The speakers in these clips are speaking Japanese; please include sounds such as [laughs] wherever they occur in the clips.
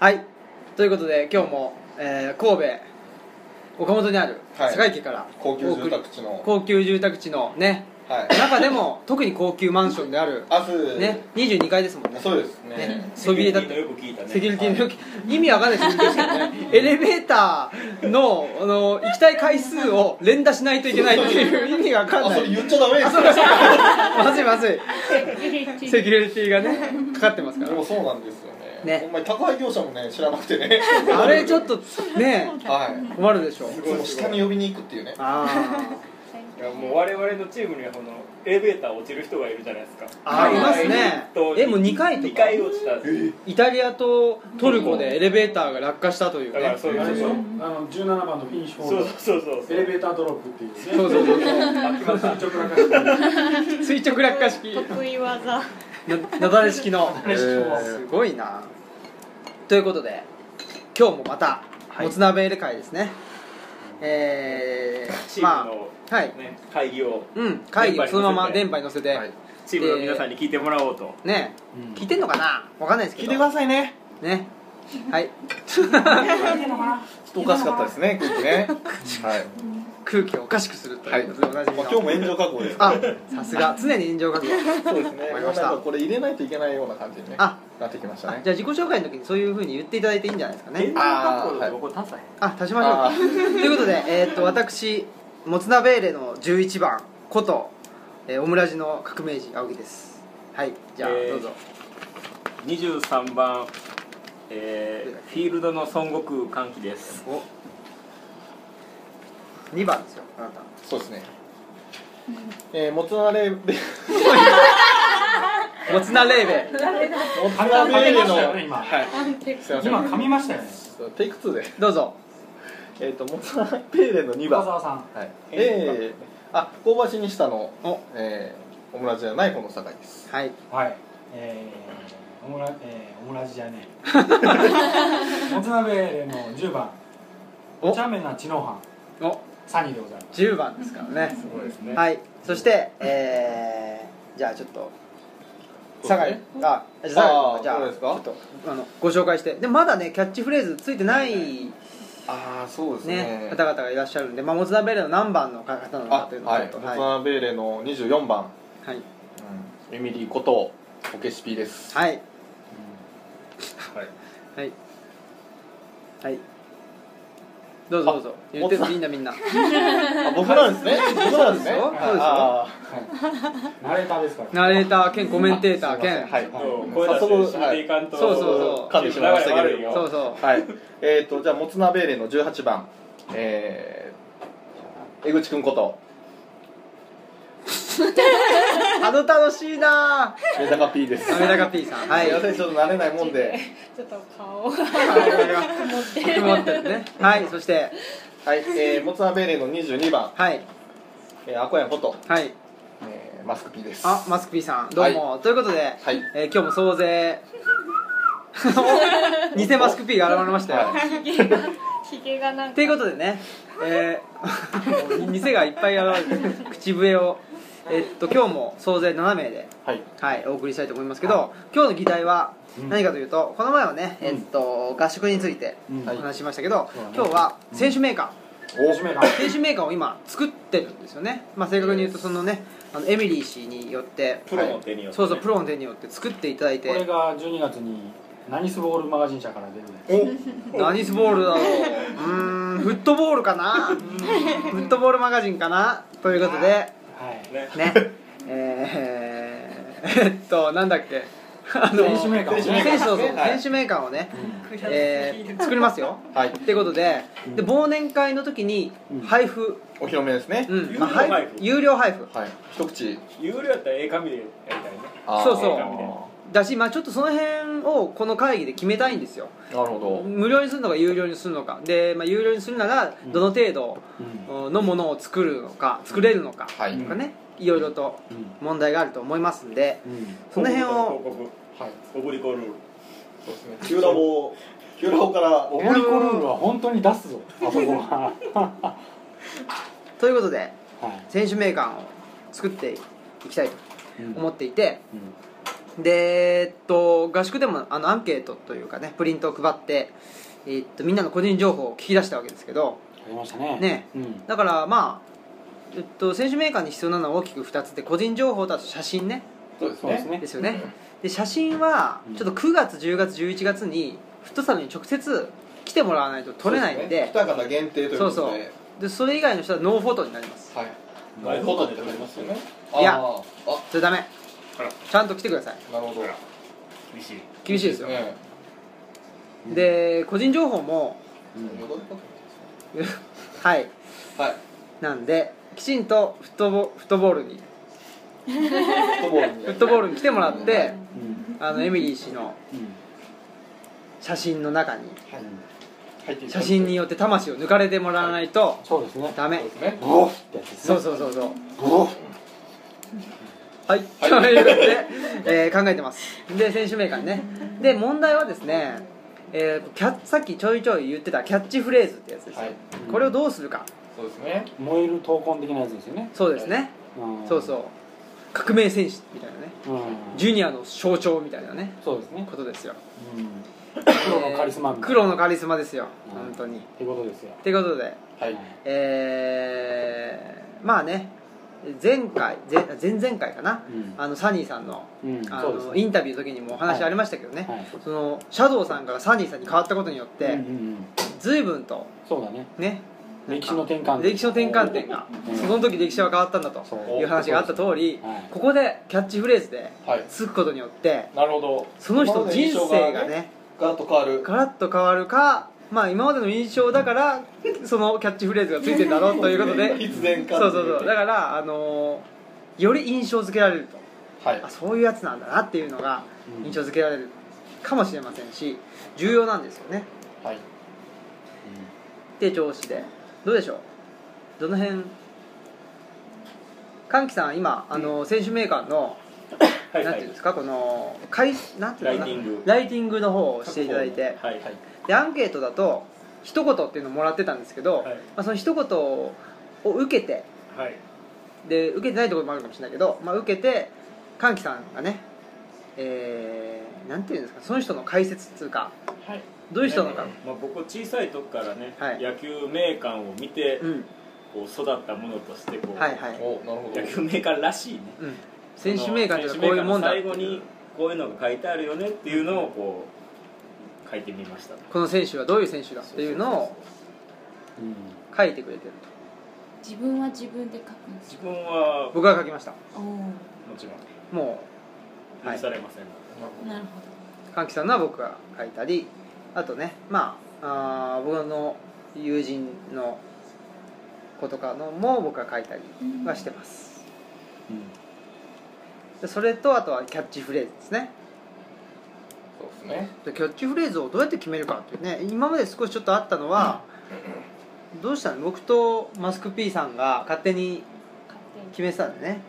はいということで今日も、えー神戸岡本にあるはい堺家から高級お送住り宅地の高級住宅地のねはい中で [laughs] も特に高級マンションである明日ね22階ですもんねそうですねねセそキびュえリテ立っィのてよく聞いたねセキュリティの意味わかんないです確かにねエレベーターのあの行きたい回数を連打しないといけないって [laughs] いう意味がわかんあなそいれ言っちゃダメですまずいまずいセキュリティがねかかってますかよでもそうなんですよねねほんまに宅配業者もね知らなくてねら [laughs] あれちょっとねはい困るでしょいつも下に呼びに行くっていうねあいやもう我々のチームにはこのエレベーター落ちる人がいるじゃないですかあありますねえもう2回と2か回落ちたんですよーイタリアとトルコでエレベーターが落下したというだかねらそうあれいうでしょそあうの17番のフィニッシュホールそうそうそうエレベータードロップっていうねそうそう [laughs] そうそうあ来ました垂直落下してる垂直落下 [laughs] 式得意技ななだれ式のへーすごいなということで今日もまたもつ鍋入れ会ですね、えチー、ーまムのあはいね会議をうん会議をそのまま電電波に乗せて、はいチームの皆さんに聞いてもらおうとねうん聞いてんのかなわかんないですけどださいねねはいちょっとおかしかったですね空気ね [laughs] はい空気をおかしくするということでおなじみまあの今日も炎上覚悟ですあさすが常に炎上覚悟そうですねわかりなまんしたかこれ入れないといけないような感じにねなあってきましたあねじゃあ自己紹介の時にそういうふうに言っていただいていいんじゃないですかね電話学校だとここ立さへんあ足しましょうかあーということで、えーっと私もつ鍋レの11番こと、えーオムラジの革命児青木ですはいじゃあ、えーどうぞ23番、えー、フィールドの孫悟空歓喜ですお2番ですよあなた [laughs] そうですねえーもつ鍋 [laughs] ももつなレーベつ鍋噛みまのしたよね今はいすいません今噛みましたよねテイク2でどうぞえっ、と、モツナペーレの2深番。澤さんはい。えー、あ、香ばしにしたの、おえー、オムラジじゃないこの酒井です。はいはいえーオムラえーオムラジじゃねえもつ鍋レの10番おお茶目な知能犯おサニーでございます10番ですからねすごいですねはいそしてえー、じゃあちょっと酒酒井あじゃああ酒井君ーじゃあそうですかちょっとあのご紹介してでもまだねキャッチフレーズついてない、ああ、そうですね。ね、方々がいらっしゃるんで、まあ、モツナベレの何番の方なのかあという、のをはちい。ょっモとツはい、はナペーレの24番、いうん、エミリーこと、オケシピです。はいはい。はいはいどうぞどうぞ言ってモツナみんなみんなあ、僕なんですね。僕なんですね。 [laughs] そうですよあはいナレーターですからナレーター兼コメンテーターーすいま兼せんはい。声出早し速て死んでいかんと、はいそうそうそう噛んでしまいましたけれどもそうそはい。えっ、ー、と、じゃあ、モツナベーレの18番、えー、江口くんこと、うあの楽しいなメダカ P です。アメダカ P さんはいすいません、ちょっと慣れないもんで。ちょっと顔が曇ってるってるねはいそしてはい、えー、モツナベーレの22番、はいえー、アコヤンこと、はいえー、マスク P です。あマスク P さんどうも、ということで、はいえー今日も総勢 [laughs] 偽マスク P が現れましたよ、はいひげがなんかということでね、えー、 [laughs] 店がいっぱい現れて口笛をえっと今日も総勢7名で、はい、はい、お送りしたいと思いますけど、今日の議題はうん何かというと、この前はね、えっと合宿についてうんおはい話ししましたけど、そうだね今日は選手メーカー、おおしめが選手メーカーを今作ってるんですよね、まあ、正確に言うとそのねあのエミリー氏によってプロの手によって、そうそうプロの手によって作っていただいこれてが12月にナニスボールマガジン社から出るね何スボールだろううーんフットボールかなフットボールマガジンかなということではいねねえー、えっとなんだっけあ選手メーカーをね選手そうそうはい選手メーカーをね、暗すぎるえー作りますよはい、ってことででうん忘年会の時にうん配布、お披露目ですね。うん有料まあ配配布有料配布はい、一口。有料やったらええ紙でやりたいねあーそうそうなるほだし、まあ、ちょっとその辺をこの会議で決めたいんですよど。無料にするのか有料にするのかで、まあ、有料にするならうんどの程度うんのものを作るのか作れるのかはい、とかねいろいろと問題があると思いますんでうんその辺を広告はいオブリコルールそうですね。キューラボ、キューラボから、オブリコルールは本当に出すぞあそこはということではい選手名鑑を作っていきたいとうん思っていて、うんでえっと合宿でもあのアンケートというかねプリントを配って、えっとみんなの個人情報を聞き出したわけですけどありましたねねうんだからまあ、えっと、選手メーカーに必要なのは大きく2つで個人情報だと写真ねそうですねですよねで写真はうんちょっと9月10月11月にフットサルに直接来てもらわないと撮れないんでそうすね二方限定ということでそうそうでそれ以外の人はノーフォトになりますはいなるほどってなりますよねいやあーあそれダメあらちゃんと来てくださいなるほどあら厳しい厳しいですよ、ねで個人情報も [laughs] よどみかはけていますねはいなんできちんとフットボフットボールにフットボールにフットボールに来てもらっはていうんあのエミリー氏のうん写真の中に入っていただいて写真によって魂を抜かれてもらわないとそうですねダメそうですねブオフってやつですそねうそうそうそうブオフはい、と [laughs] いうことで、えー考えてますで選手名鑑ねで問題はですね、えーキャッさっきちょいちょい言ってたキャッチフレーズってやつです、はいこれをどうするかそうですね燃える闘魂的なやつですよねそうですね、そうそう革命戦士みたいなねうん、うん、ジュニアの象徴みたいなねそうですねことですようん黒のカリスマみたいな黒のカリスマですよ、うん本当にってことですよということではいえーまあね前回前前々回かな、うんあのサニーさんのうんあそうですの、ねインタビューの時にもお話ありましたけどね、はいそのシャドウさんからサニーさんに変わったことによっうんうてんうん随分とそうだねね歴史の転換点歴史の転換点がうんその時歴史は変わったんだとそういう話があった通りはいここでキャッチフレーズではいつくことによってなるほどその人の人生今がまでの印象ねガラッと変わるガラッと変わるかまあ今までの印象だからそのキャッチフレーズがついてんだろうということで [laughs] 必然化そうそうそうだからあのーより印象付けられるとはいあそういうやつなんだなっていうのがうん印象付けられるかもしれませんし重要なんですよねはいって調子でどうでしょうどの辺歓喜さん今あの、選手メーカーのはいなんはていいうんですかこのかいなんていうのかなライティングライティングの方をしていただいてはいはいでアンケートだと一言っていうのをもらってたんですけど、はいまあ、その一言を受けてはいで受けてないところもあるかもしれないけど、まあ、受けて歓喜さんがねえー、なんていうんですかその人の解説っていうかはいどういう人なのか、まあ、僕小さい時からね、はい野球名鑑を見て、うんこう育ったものとしてこう、はいはい、おなるほど野球名鑑らしいねうん、選手名鑑というのはこういうもんだって選い手名う鑑の最後にこういうのが書いてあるよねっていうのをこう書いてみましたこの選手はどういう選手だっていうのをうん書いてくれてると自分は自分で書くんです自よ分はも僕が書きましたおちろんもはい許されません、おなるほう歓喜さんのは僕が書いたりあとねまああー僕の友人の子とかのも僕が書いたりはしてます、うんでそれとあとはキャッチフレーズですねそうですねでキャッチフレーズをどうやって決めるかっていうね今まで少しちょっとあったのは、どうしたの僕とマスク P さんが勝手に勝手に決めてたんでね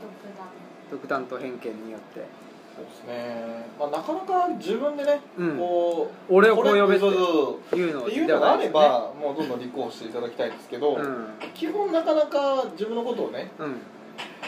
独断独断と偏見によってそうですねまあなかなか自分でねうんこう俺をこう呼べってそうそういうのっていうのがあればもうどんどん立候補していただきたいんですけどうん基本なかなか自分のことをねうん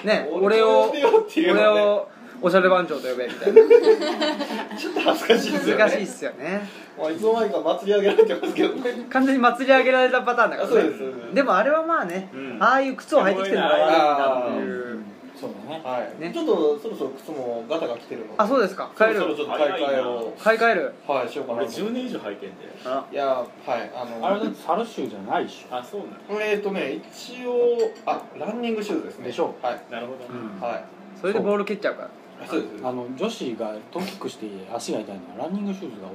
ね俺を俺をっていうの俺はねをおしゃれ番長と呼べみたいなちょっと恥ずかしいですよね難しいっすよねまあいつの間にか祭り上げられてますけどね完全に祭り上げられたパターンだあかそうらでねすそうですでもあれはまあねうんああいう靴を履いてきてるのがいいなってういうそうだねはい、ねちょっとそろそろ靴もガタが来てるのであそううですか帰そろるそろちょっと買い替えを買い替えるはいしようかな俺と10年以上履いてんだよあいやはいあのあれだってサルシューじゃないでしょあそうなのえっ、ー、とね一応あランニングシューズですねでしょはいなるほど、うんはいそれでボール蹴っちゃうからあそうですあの女子がトキックして足が痛いのはランニングシューズが多いからね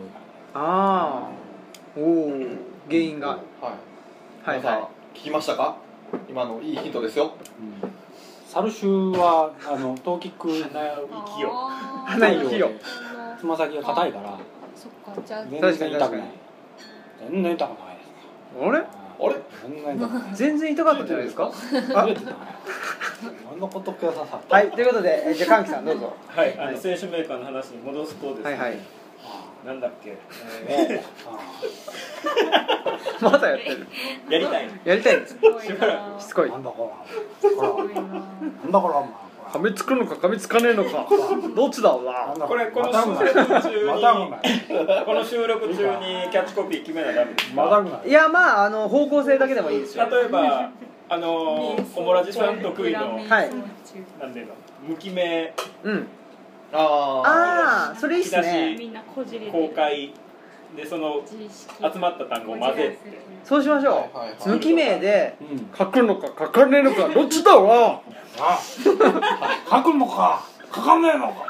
ああおお原因がははいい皆さんは聞きましたか今のいいヒントですようんサルシューはあのトーキック鼻を [laughs] 息をあー花息をつま先が硬いからそっかじゃあ全確か然に痛確かくないに全然痛くないですいあれあれ全然痛くない全然痛かったんじゃないですかあ切れてたね何のことくだささはいということでえじゃあ歓喜さんどうぞはいあはいの選手メーカーの話に戻すとで [laughs] すはね、いはいなんだっけ、ねあ [laughs] まだやってるやりたいやりたいんですすごいしばらなしつすこーいなんだこらこごいらななんだこらお前こみつくのか噛みつかねえの [laughs] かどっちだろうなここれこのまた収録ぐな中に、またぐなこの収録中にキャッチコピー決めなダメですかまたぐないやまああの方向性だけでもいいですよ例えばあのおもらじさん得意のはいなんていうの無記名うんあああそれいいっすねみんなこじれて公る開でその自意識集まった単語を混ぜてそうしましょう、はいはいはい無記名でうん書くのか書かねえのかどっちだろうあ書くのか書かないのかなっ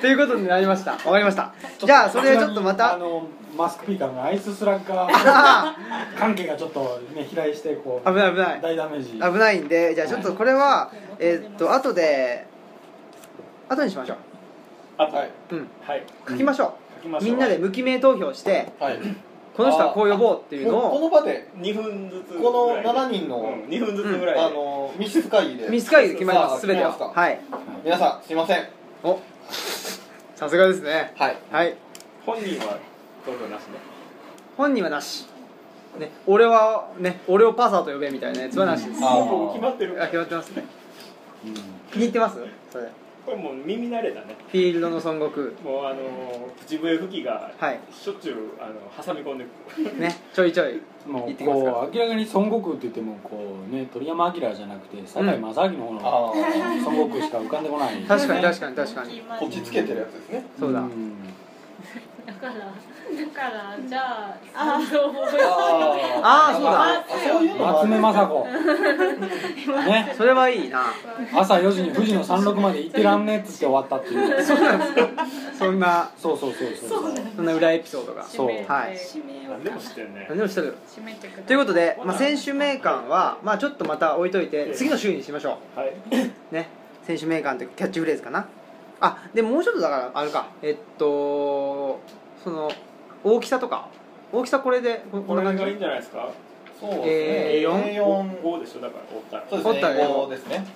ていうことになりましたわかりましたじゃあそれちょっとまあたのマスクピーカーのアイススラッガあー関係がちょっとね飛来してこう危ない危ない大ダメージ危ないんでじゃあちょっとこれはえーっと後で後にしましょあーとははいううんい書きましょ書きう、ましょうみんなで無記名投票してはいこの人はこう呼ぼうっていうこのをの場で2分ずつこの7人のの2分ずつぐらいであのミス会議でミス会議で決まりますそうそう全ては決まりますかはい皆さんすいませんおさすがですねはいはい本人は投票なしね本人はなし、ね、俺はね俺をパサーと呼べみたいなやつはなしです、ああーもう決まってる決まってますね気に入ってますそれこれもう耳慣れたねフィールドの孫悟空もうあの口笛吹きがはいしょっちゅうあの挟み込んでくるねちょいちょい行もうってきますかこう明らかに孫悟空って言ってもこうね鳥山明じゃなくて堺正明の方の孫あー悟空しか浮かんでこない確かに確かに確かにこっちつけてるやつですねそうだんだからだからじゃああそうあーそうだあそういうのもある夏目雅子ねそれはいいな朝4時に富士の山麓まで行ってらんねえっつって終わったっていうそうそんなそうそうそうそうそんな裏エピソードがそうはい締めよ何でも知ってるね何でもしてる締めてくださいということで、まあ、選手名鑑は、まあ、ちょっとまた置いといて次の週にしましょはい、うね選手名鑑ってキャッチフレーズかなあでももうちょっとだからあれかえっとその大きさとか大きさこれでこここんれな感じがいいんじゃないですかそうですねえー A4 5でしょだから折ったらそう折っですたねら A4 ですね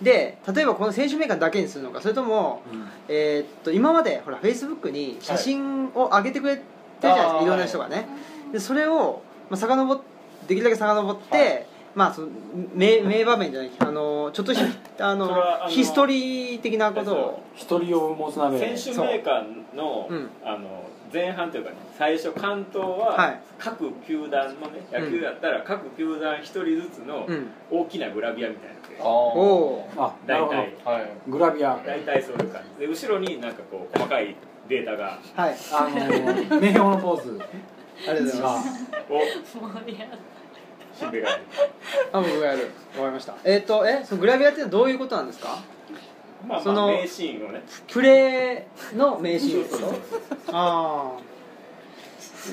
で例えばこの選手名鑑だけにするのかそれとも、えーっと今までほらフェイスブックに写真を上げてくれてるじゃないですか、はいい、ろんな人がね、でそれを、まあ、遡っできるだけ遡って、はいまあその名名場面じゃないあのちょっとしたあ [laughs] そのれはあのヒストリー的なことを一人を持つ鍋選手名鑑の,、うんあの前半というかね最初関東ははい各球団のね、うん野球だったら各球団一人ずつのうん大きなグラビアみたいなのであおあなる大ほ体あどはいグラビア大体そういう感じで後ろになんかこう細かいデータがはいあの名表のポーズありがとうご [laughs] ざいますがをもうやだひべがれるあ僕がやるわかりましたえーっとえそのグラビアってのはどういうことなんですかまあそまのあ名シーンをねプレーの名シーンですそうよそうあ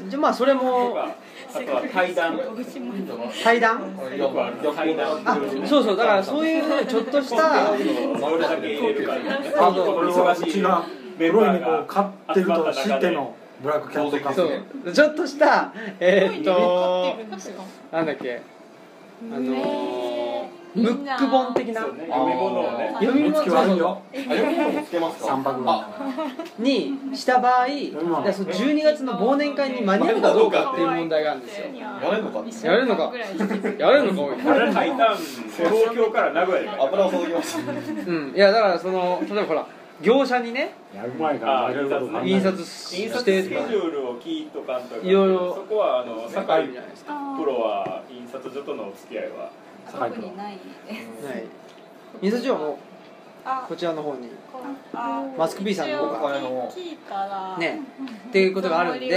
あじゃあまあそれともかあとは対談おしまい対談よくある階段あそうそうだからそういうちょっとしたどれだけ入れるかみたいなあこのの忙うしちいがメン黒バーい猫をが飼ってると知ってのブラックキャットカフそェうちょっとしたえーっとなんだっけあのムック本的なそうね読み物をね読み目つき悪い物よあよくつけます三か泊分だかにした場合い読み物やその12月の忘年会に間に合うかどうかっていう問題があるんですよやれるのかやれるのかやれるのかあおいれ階段東京から名古屋で油を注ぎますうんいやだからその例えばほら業者にねらやる前からやれること考え印刷し印し刷スケジてュールを聞いとかんとかいろいろそこはあのなんかあ酒る井じゃないですかプロは印刷所とのお付き合いは酒井特君にないはい印刷所はもうこちらの方にマスク B さんの方から聞いたらねっていうことがあるんで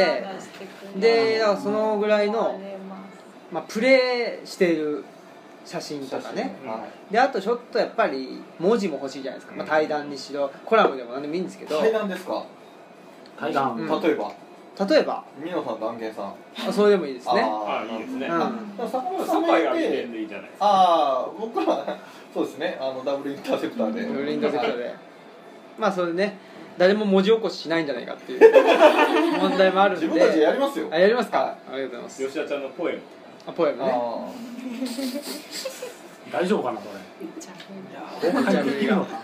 でだからそのぐらいの、まあ、プレイしている写真とかねはであとちょっとやっぱり文字も欲しいじゃないですか、まあ、対談にしろコラムでも何でもいいんですけいど階段ですか対談うん例えば例えばミノさん断言さんあそれでもいいですねああーいいですねうあん坂酒本井さんもがい見ててんでいいじゃないああ僕はそうですねあのダブルインターセプターでブリンドセットでまあそれね誰も文字起こししないんじゃないかっていう [laughs] 問題もあるんで自分たちでやりますよあやりますか、はありがとうございます吉田ちゃんのポエムあポエムねあ大丈夫かなこれ公開できるのか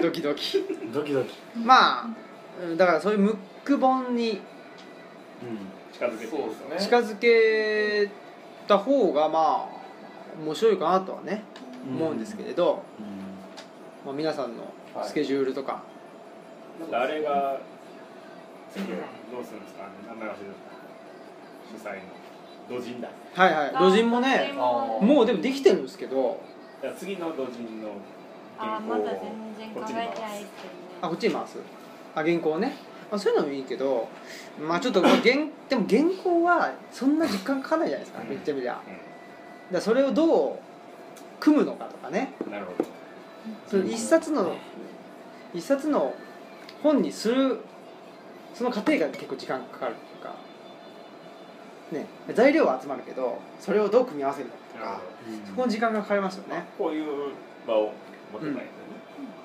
ドキドキドキドキまあうんだからそういうムック本にう近づーけてそうですね近づけた方がまあ面白いかなとはね思うんですけれど、んまあ、皆さんのスケジュールとか、あれがどうするんですか名前忘れた主催の土人だいはいはい土人もあねももうでもできてるんですけどや次の土人のあー原ま稿だを全然こ考えっちてにない回ですけすあどこねっちに回すあ原稿ね、まあ、そういうのもいいけどまあちょっとまあ原でも原稿はそんな時間かからないじゃないですかうん言ってみりゃだからそれをどう組むのかとかねうんなるほどその一冊の一冊の本にするその過程が結構時間かかるとかね材料は集まるけどそれをどう組み合わせるのかとなるほかどそこに時間がかかりますよねこういう場を持ってないとね、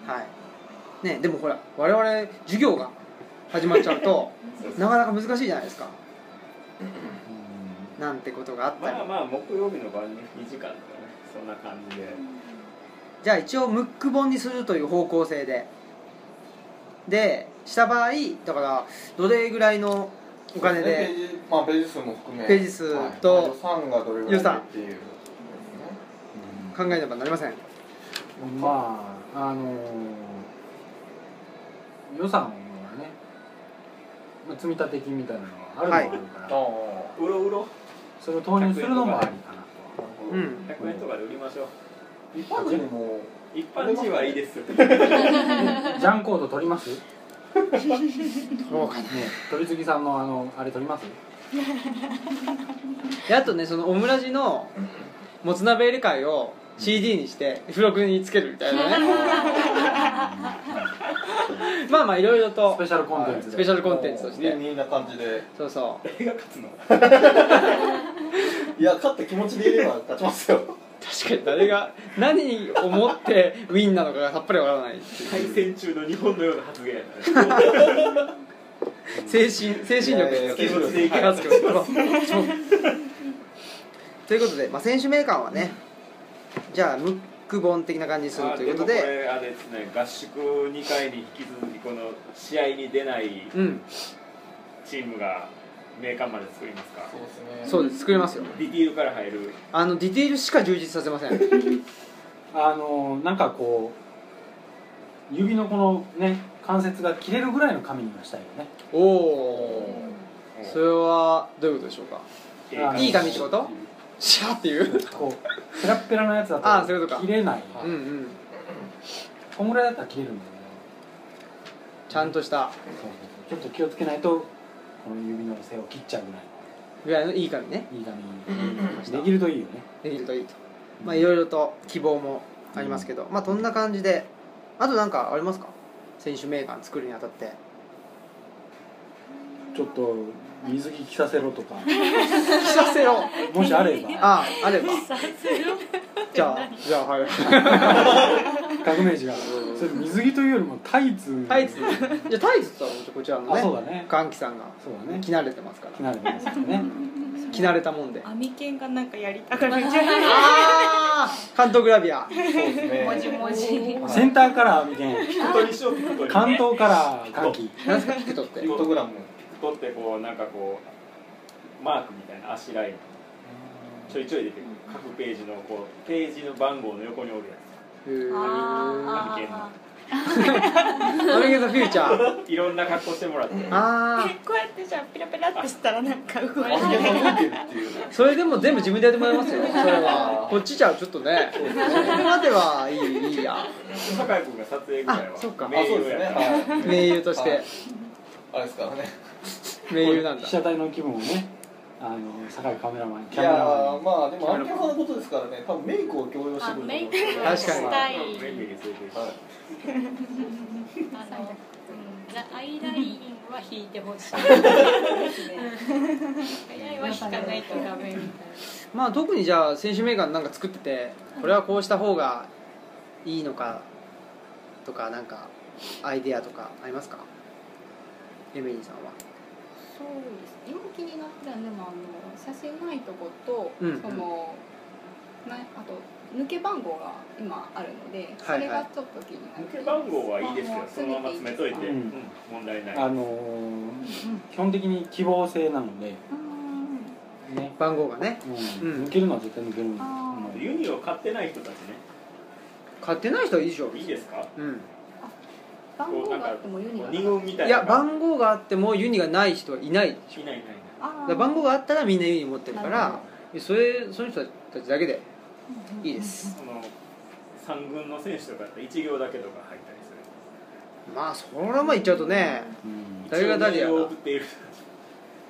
はいねでもほら我々授業が始まっちゃう [laughs] とそうそうなかなか難しいじゃないですかなんてことがあったりまあまあ木曜日の晩に2時間とかねそんな感じで、じゃあ一応ムック本にするという方向性ででした場合だからどれぐらいのお金そうですねページまあページ数も含めページ数とはい予算がどれぐらいかっていう考えねばなりませんまああのー予算はね、まあ、積立金みたいなのはあるのはあるから、あうろうろそれを投入するのもありかなううんん100円とかで売りましょう一般人も一般人はいいですよとジャンコード取りますねそうか取り次ぎさんのあのあれ取りますであとねそのオムラジのもつ鍋入れ替えを CD にして付録につけるみたい [laughs] なねまあまあいろいろとスペシャルコンテンツでスペシャルコンテンツとしもうてみんな感じでそうそう映画勝つのいや勝った気持ちでいれば勝ちますよ確かに誰が何をもってウィンなのかがさっぱりわからないっていう対戦中の日本のような発言やね精神精神力ですよいやい精や神力ですよということで、まあ、選手名鑑はねじゃあムック本的な感じにするということあもこでれあれですね合宿2回に引き続きこの試合に出ないうんチームが名鑑まで作りますかそうですねそうです作りますよディティールから入るあのディティールしか充実させませんあのーなんかこう指のこのね関節が切れるぐらいの紙にはしたいよねおおそれはどういうことでしょうかあのいい紙ってことシャーっていうこうペラッペラなやつあだーそういうこととか切れないうんうんこんぐらいだったら切れるんだよねちゃんとしたちょっと気をつけないとこの指の背を切っちゃうぐらいぐらいのいい紙ねいい紙にできるといいよねできるといいとまあいろいろと希望もありますけど、まあどんな感じであとなんかありますか選手名鑑作るにあた [laughs] ってちょっと水着着させろとか着させろ [laughs] もしあれ [laughs] ばあああ [laughs] ればさすがじゃあじゃあはい革命児がそれ水着というよりもタイツタイツじゃあタイツとはこちらのあそうねだねガンキさんがそうだね着慣れてますから着慣れて [laughs] ますよね着慣れたもんであ網犬がなんかやりたがるんじゃないあー関東グラビアそうですね文字文字はいセンターカラーみたいな聞くとりしよう聞くとり関東から夏季何ですかピクトってピクトグラム取ってこうなんかこうマークみたいな足ラインちょいちょい出てくる各ページのこうページの番号の横におるやへーあーあアメリカザフューチャーつい [laughs] ろんな格好してもらってああこうやってじゃあペラペラってしたらなんか動くあいや動いてるっていうそれでも全部自分でやってもらい [laughs] ますよそれはこっちじゃちょっとねそこまではいいいいや酒井君が撮影ぐらいあそうかはあそうですねやからはい名優としてはいあれですからね名優なんだ被写体の気分をねあの酒井カメラマンいキャメやラマーまあでも案件さんのことですからね多分メイクを強要してくると思うメイクかをにしたいメイクに連れて行くはいあの、うん、アイラインは引いてほしいアイラインは引かないとダメみたいまあ特にじゃあ選手名鑑なんか作っててこれはこうした方がいいのかとかなんかアイデアとかありますかエメリーさんはそうです今気になったのはあのさせないとこと、うんそのなあと抜け番号が今あるので、はいはいそれがちょっと気になって抜け番号はいいですよそのまま詰めといて、うんうん問題ないンあのー基本的に希望性なのでね番号がねうんうん抜けるのは絶対抜けるのあでユニを買ってない人たちね買買ってない人はいいでしょいいですかうん番号があってもユニが二軍みたいないや番号があってもユニがない人はいないだいないいないいないあかーら番号があったらみんなユニ持ってるかなるらそれその人たちだけでいいですその三軍の選手とかだったら一行だけとか入ったりするまあそのままいっちゃうとねうん誰が誰や一な応メールを送っている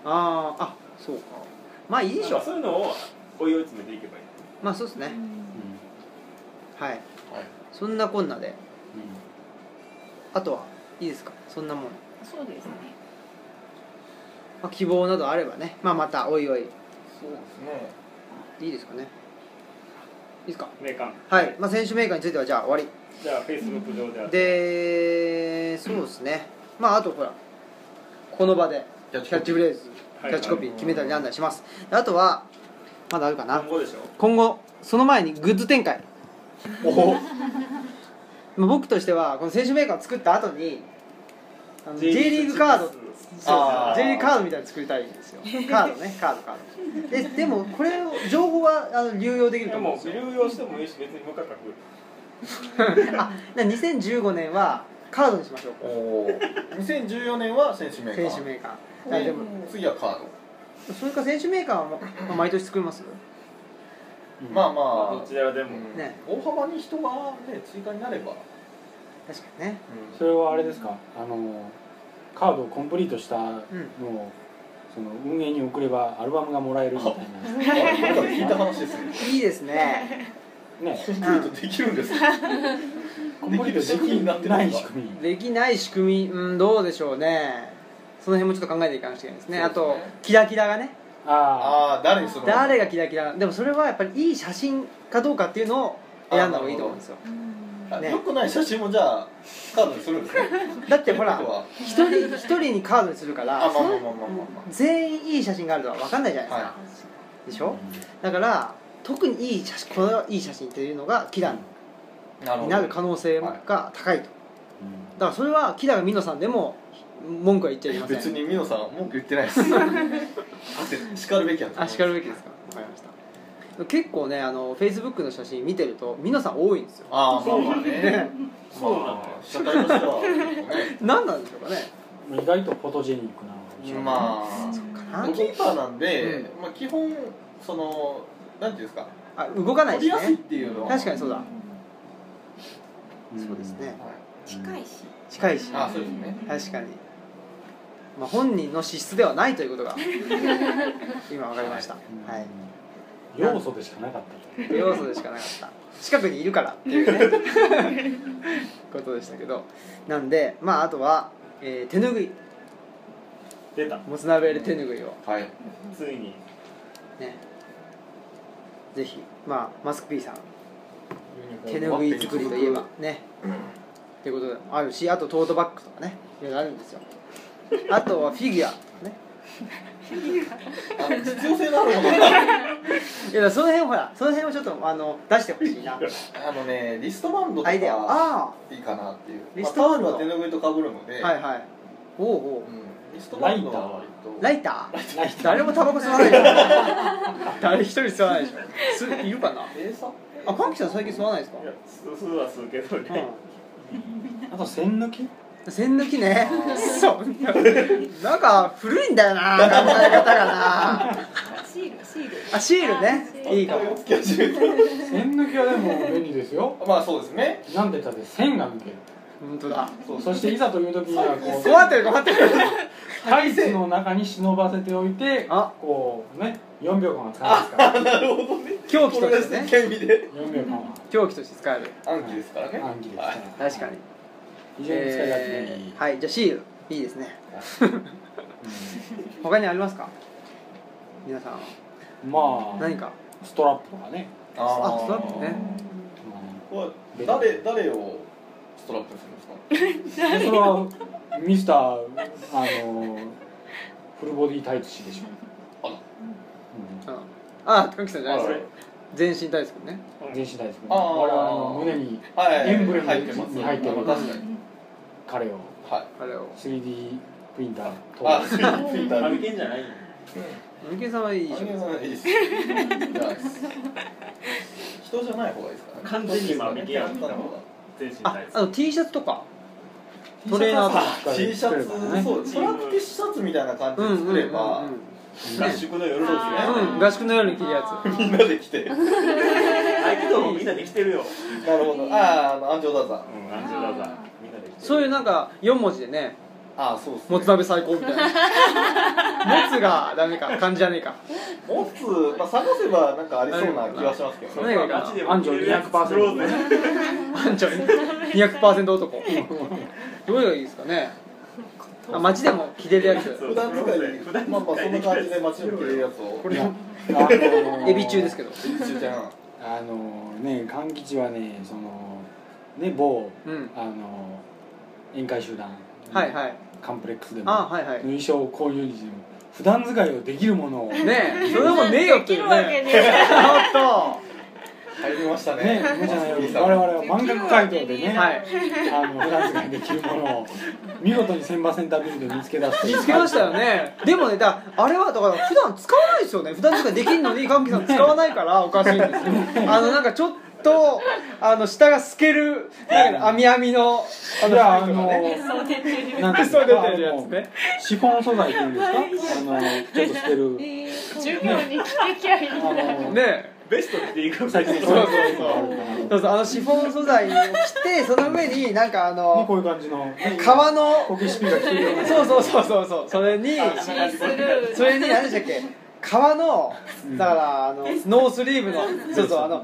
あーあそうかまあいいでしなんょかそういうのを追い追い詰めていけばいいまあそうですねはいそんなこんなであとはいいですかそんなもん、まそうですねあ、希望などあればね、まあ、またおいおいそうですねいいですかねいいですか名鑑はい、まあ、選手メーカーについてはじゃあ終わりじゃあフェイスブック上であってでそうですねまああとほらこの場でキャキャッチフレーズキはいャッチコピー決めたりなんだりしますであとはまだあるかな今後でしょ今後その前にグッズ展開おおまあ僕としてはこの選手メーカーを作った後にあの J リーグカードそうですねあー J リーグカードみたいに作りたいんですよカードねカードカードででもこれを情報はあの流用できいるとや思うんもでうすよ流用してもいいし別に無価格あだから2015年はカードにしましょうおお2014年は選手名選手メーカーあでも次はカード、それか選手メーカーはもうまあ毎年作りますまあままああ、どちらでもうんね大幅に人がね追加になれ [laughs] ば、確かにねそれはあれですかあのカードをコンプリートしたのうをその運営に送ればアルバムがもらえるみたいなあなんか聞いた話ですねいいですねねコンプリートできる [laughs] んですかコンプリートできない仕組みできない仕組み、うん、どうでしょうねその辺もちょっと考えていかなきゃいけないですねあそうとですねキラキラがねあああ誰にするの誰がキラキラでもそれはやっぱりいい写真かどうかっていうのを選んだ方がいいと思うんですよあね良くない写真もじゃあカードにするんですねだってほっらてことは一人一人にカードにするかあらまあまあまあまあま全員いい写真があるとは分かんないじゃないあ、ですか、はでしあょだから特にいい写真このいい写真っていうのがキラい、なるにほなどる可能性が高いとうんだからそれはキラがミノさんでも文句は言っちゃいけません別にミノさんは文句言ってないです [laughs] あ叱るべきやと思うあ叱るべきですかわかりました結構ねあのフェイスブックの写真見てると皆さん多いんですよああまあまあねそうなんだよまあ社会としてはね何なんでしょうかね意外とフォトジェニックなのかもしれないまあなゴキーパーなんで、うまあ、基本そのなんていうんですかあ動かない取でりやすすいっねていうのは確かにそうだんそうですねはい近いし近いしあそうですね確かに、まあ、本人の資質ではないという [laughs] ことが今分かりました、うんはい要素でしかなかったと要素でしかなかった近くにいるからっていうね [laughs] ことでしたけどなんでまああとは、えー手拭い出たもつ鍋で手拭いをはい、ついにねぜひまあマスク P さん手手ぬぐい作りといえばね、ってことでもあるしあとトートバッグとかねいろいろあるんですよあとはフィギュアとかねあ実用性のあるものがいやだからその辺ほらその辺をちょっとあの出してほしいなあのねリストバンドとアかイデアあいいかなっていうリストバンドまあタオルは手拭いとかぶるのあで、はいはいおうおう、うんリストバンドは割とライター誰もタバコ吸わないでしょ [laughs] 誰一人吸わないでしょ吸いるかなえーさあカンキさん最近吸わないですかいや数数は数けどねうあと線抜きん栓抜きねそうなんか古いんだよな考え方がなシールシールあシールねあいいかもお付き合いしてる線抜きはでも便利ですよまあそうですねなんでたって線が抜ける本当だそうそしていざという時にはこう困ってる困ってるタイツの中に忍ばせておいてあこうね4秒間は使えますからなるほどね狂気ことれしですてねね権利で4秒間は狂気として使える暗記ですからね暗記ですはかいら確かに、非常に使い勝手のいいえーはいじゃあシールいいですね他にありますか皆さんはうんま何かあストラップとかねああーストラップねこれ誰誰をストラップにするんですかうんそれはミスターあのフルボディタイツ氏でしあょらうああ高木さんじゃないあですよ全身大好きねん全身タイツあー我々の胸にはい、エンブレム入ってますに入ってます確かに彼をはいあれを 3D プリンターとあ、ツイッター歩でけんじゃない三毛さんはいいでしあょげないですじゃあ人じゃない方がいいですかね完全に今右やん人じゃない方が全身あタイツあの T シャツとかトレーナーとか T シャツ、そうチトーラムクティスシャツみたいな感じうんでうんうん作うんれば、合宿の夜ですねあーうん合宿のように着るやつみんなで着てなる合気道もみんなできてるよほどあーあの安城ダザうんアンジェラさんみんなできてるそういうなんか4文字でねあーそうっすね「もつ鍋最高」みたいな「 [laughs] もつ」がダメか漢字じゃねえかモツ、まあ、探せばなんかありそうな気はしますけど何ねがいいかでも着れるやつ作ろうぜな班長200%男どれがいいですかねあ街でも着れるやつ普段使いに普段使いにまあまあそんな感じで街を着るやつをこれもエエビ中ですけど中ちゃんあのね勘吉はねそのね某うんあの宴会集団はいはいカンプレックスでもあはいはいねの衣装購入時でも普段使いをできるものをねえそれもねえよっできているうわけねねえちょっと入りましたねね無茶なよマスうにキーさん我々は満額回答でね、はいあの普段使いできるものを見事に千葉センタービルで見つけ出して見つけましたよねでもねだあれはだから普段使わないですよね普段使いできるのに神木さん使わないからおかしいんですよあのなんかちょっとあの下が透けるなんか網網のあじゃああののそう出てるなんていうんですそかう出てるやつねあのシフォン素材っていうんですかあのちょっとしてる [laughs] 授業に来てきゃいいあんのだねえベスト着ていくみた最いな近そうそうそういうのがあるかそうそうあのシフォン素材を着てその上になんかあらねこのういう感じのね革のこけしピが来てるようなそうそうそうそうそうそれにそんな感シじースルーそれに何でしたっけ革のだからあのノースリーブのそうそうあの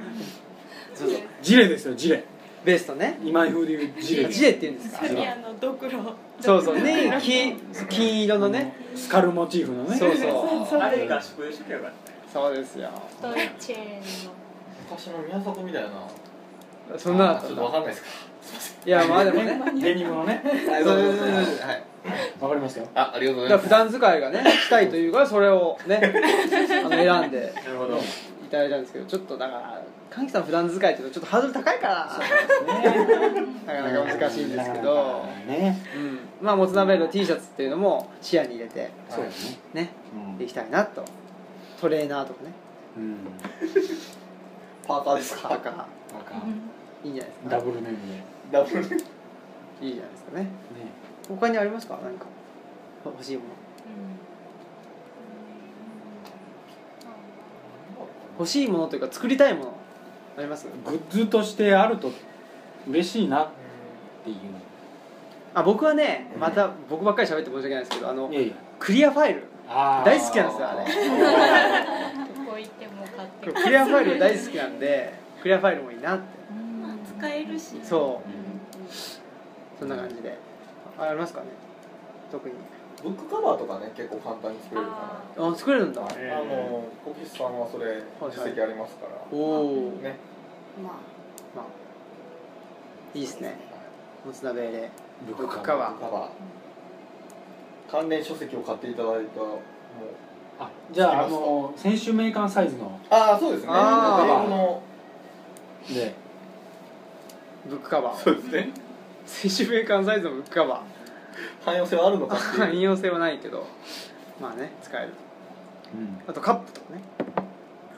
そうそうジレですよジレベストね今風で言うジレジレっていうんですかそれにあのドクロそうそうね金金色のねスカルモチーフのねそうそうあれ合宿でしときゃよかったよそうですよ太いチェーンの昔の宮里みたいなそんなあだーっちたんだょっとわかんないですかいやまあでも [laughs] ねデニムのねはいどうぞどうぞはいわかりますよあありがとうごだからざいます普段使いがねしたいというからそれをね [laughs] あの選んでなるほどいただいたんですけどちょっとだから神木さん普段使いっていうとちょっとハードル高いからなかなか難しいんですけど、ねうん、まあもつ鍋の T シャツっていうのも視野に入れてそうですねねうんでいきたいなとトレーナーとかねうんパーカーですパかーカーなんかいいんじゃないですか、ダブルネームでねダブルいいじゃないですかね他にありますか何か欲しいもの欲しいものというか作りたいものありますグッズとしてあると嬉しいなっていうあ僕はねまた僕ばっかり喋って申し訳ないですけどあのいやいやクリアファイルあー大好きなんですよあれどこ行っても買ってクリアファイル大好きなんでクリアファイルもいいなって使えるしそうそんな感じであありますかね特にブックカバーとかね結構簡単に作れるかあ作れるんだらーあの小岸さんはそれ実績ありますから、おおーねままあいいですねもつ鍋でブブックックカカバーカバーバー関連書籍を買っていただいたもうあじゃああの先週メーカーサイズのああそうですねあー英語のでブックカバそーうですね接種メーカーのサイズのブックカバ汎用性はあるのかってーい引う用性はないけどまあね使えるうんあとカップとかね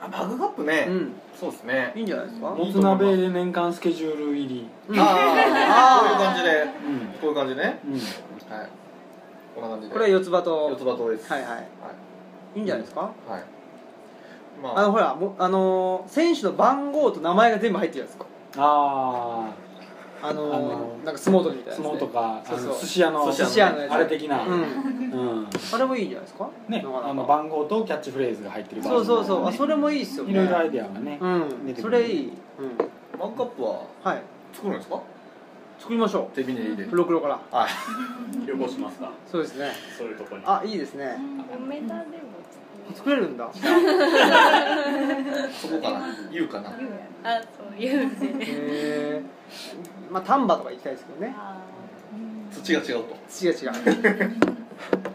あバグカップね、うんそうですねいいんじゃないですかもつ鍋で年間スケジュール入り [laughs] うんああこういう感うじんでこういう感じねうんはいこんな感じでこれは四つ葉四つと葉刀ですはいはいいいんじゃないですかはい、はい、まあのほらもあのー選手の番号と名前が全部入ってるやつかああのーあのーなんか相撲取りみあたいな相やつね撲とかあそうそうの寿司屋の寿司屋のやつあれ的なうんうんあれもいいんじゃないですかねなかなかあの番号とキャッチフレーズが入ってるバージそョうンそうそうあねそれもいいっすよねいろいろアイデアがねうん出てそくるれいいうんあマグカップははい作るんですか作りましょ手びねりでうロクロからはい旅行しますかそうですねそういうとこにあいいですね梅田でも作れるんだそこかな言うかなあそう言うんでねへえまあ丹波とか行きたいですけどねあ土が違うと土が違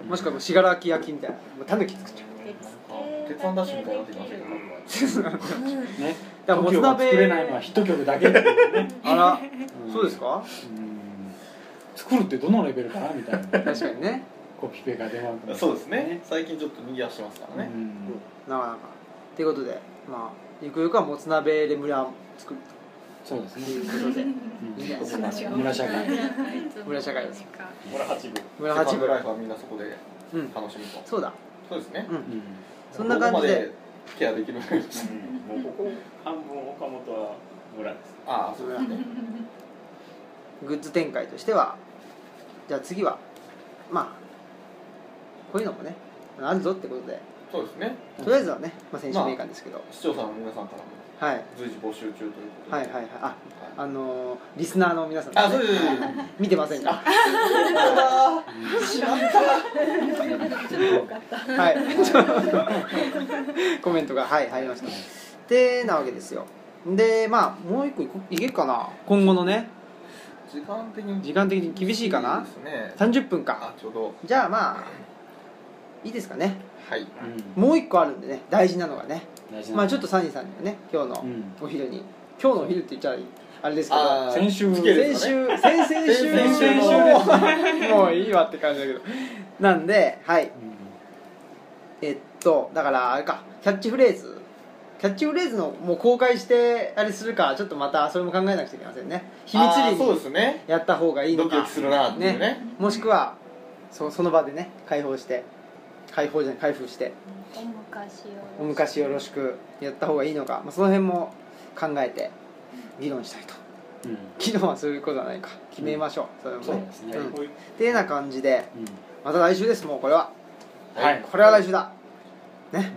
うもしくはもう信楽焼きみたいなもうタヌキ作っちゃうー鉄鉄腕ダッシュみたいになってきましたけどねだからもつ東京が鍋作れないのはヒット曲だけってい [laughs] うねあらんそうですかうん作るってどのレベルかなみたいな確かにねコピペが出回ってそうですね最近ちょっと逃げ足してますからね、うんなかなかということでまあゆくゆくはもつ鍋レムラ作るそうですとねいうことで [laughs] うんそうですよ村社会村社会です村八分村セカ八ンドライ分フはみんなそこでうん楽しむとそうだそうですねうんうんそんな感じでどこまでケアで [laughs] きるうんもうここ半分岡本は村ですああそうですねグッズ展開としてはじゃあ次はまあこういうのもねあるぞってことでそうですねとりあえずはね、まあ、選手名鑑ですけど、視聴者の皆さんからもはい随時募集中ということではいはいははいいああのーリスナーの皆さん、あそうですそうです [laughs] 見てませんかはい [laughs] コメントがはい入りましたでなわけですよでまあもう一個いこいけるかな今後のね時間的に時間的に厳しいかなですね30分かあちょうどじゃあまあいいですかねはいうんもう一個あるんでね大事なのがね大事なまあちょっとサニーさんにはね今日のうんお昼に、今日のお昼って言っちゃあれですけどあー先週つける先週先々週先々週 [laughs] もうもういいわって感じだけどなんではいえっとだからあれかキャッチフレーズキャッチフレーズのもう公開してあれするかちょっとまたそれも考えなくちゃいけませんね秘密あ裏ーそうでにすねやった方がいいのドキドかキするなっていうねもしくはそその場でね解放して解放じゃない開封してお昔よろしくやった方がいいのか、まあ、その辺も考えて議論したいとうん議論はそういうことはないか決めましょう、そそれもうねですねうんこういうてな感じでうまた来週ですもうこれはんはいこれは来週だ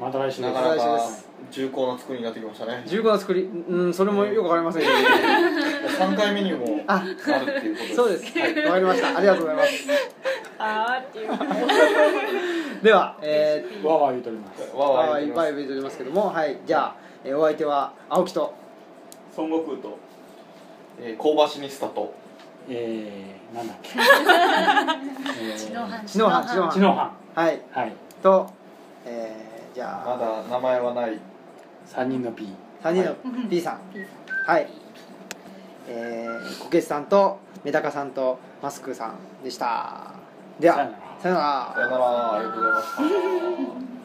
また来週でなすかなお願いしかます重厚な作りになってきましたね15の作りうんそれもよくわかりませんけど、 3回目にもあなるっていうことですそうですはいわかりましたありがとうございますあーっていうではえーわーわー言うとりますわーわはいーいっ言ってまぱいす見ておりますけどもはいじゃあ、えーお相手は青木と孫悟空とえー香ばしにスタとえーなんだっけ知知能犯知能知犯能犯はいはいとえーじゃまあだ名前はない三人の P 3人の P さんはいえーこけしさんとメダカさんとマスクさんでしたではらさよならさよならありがとうございました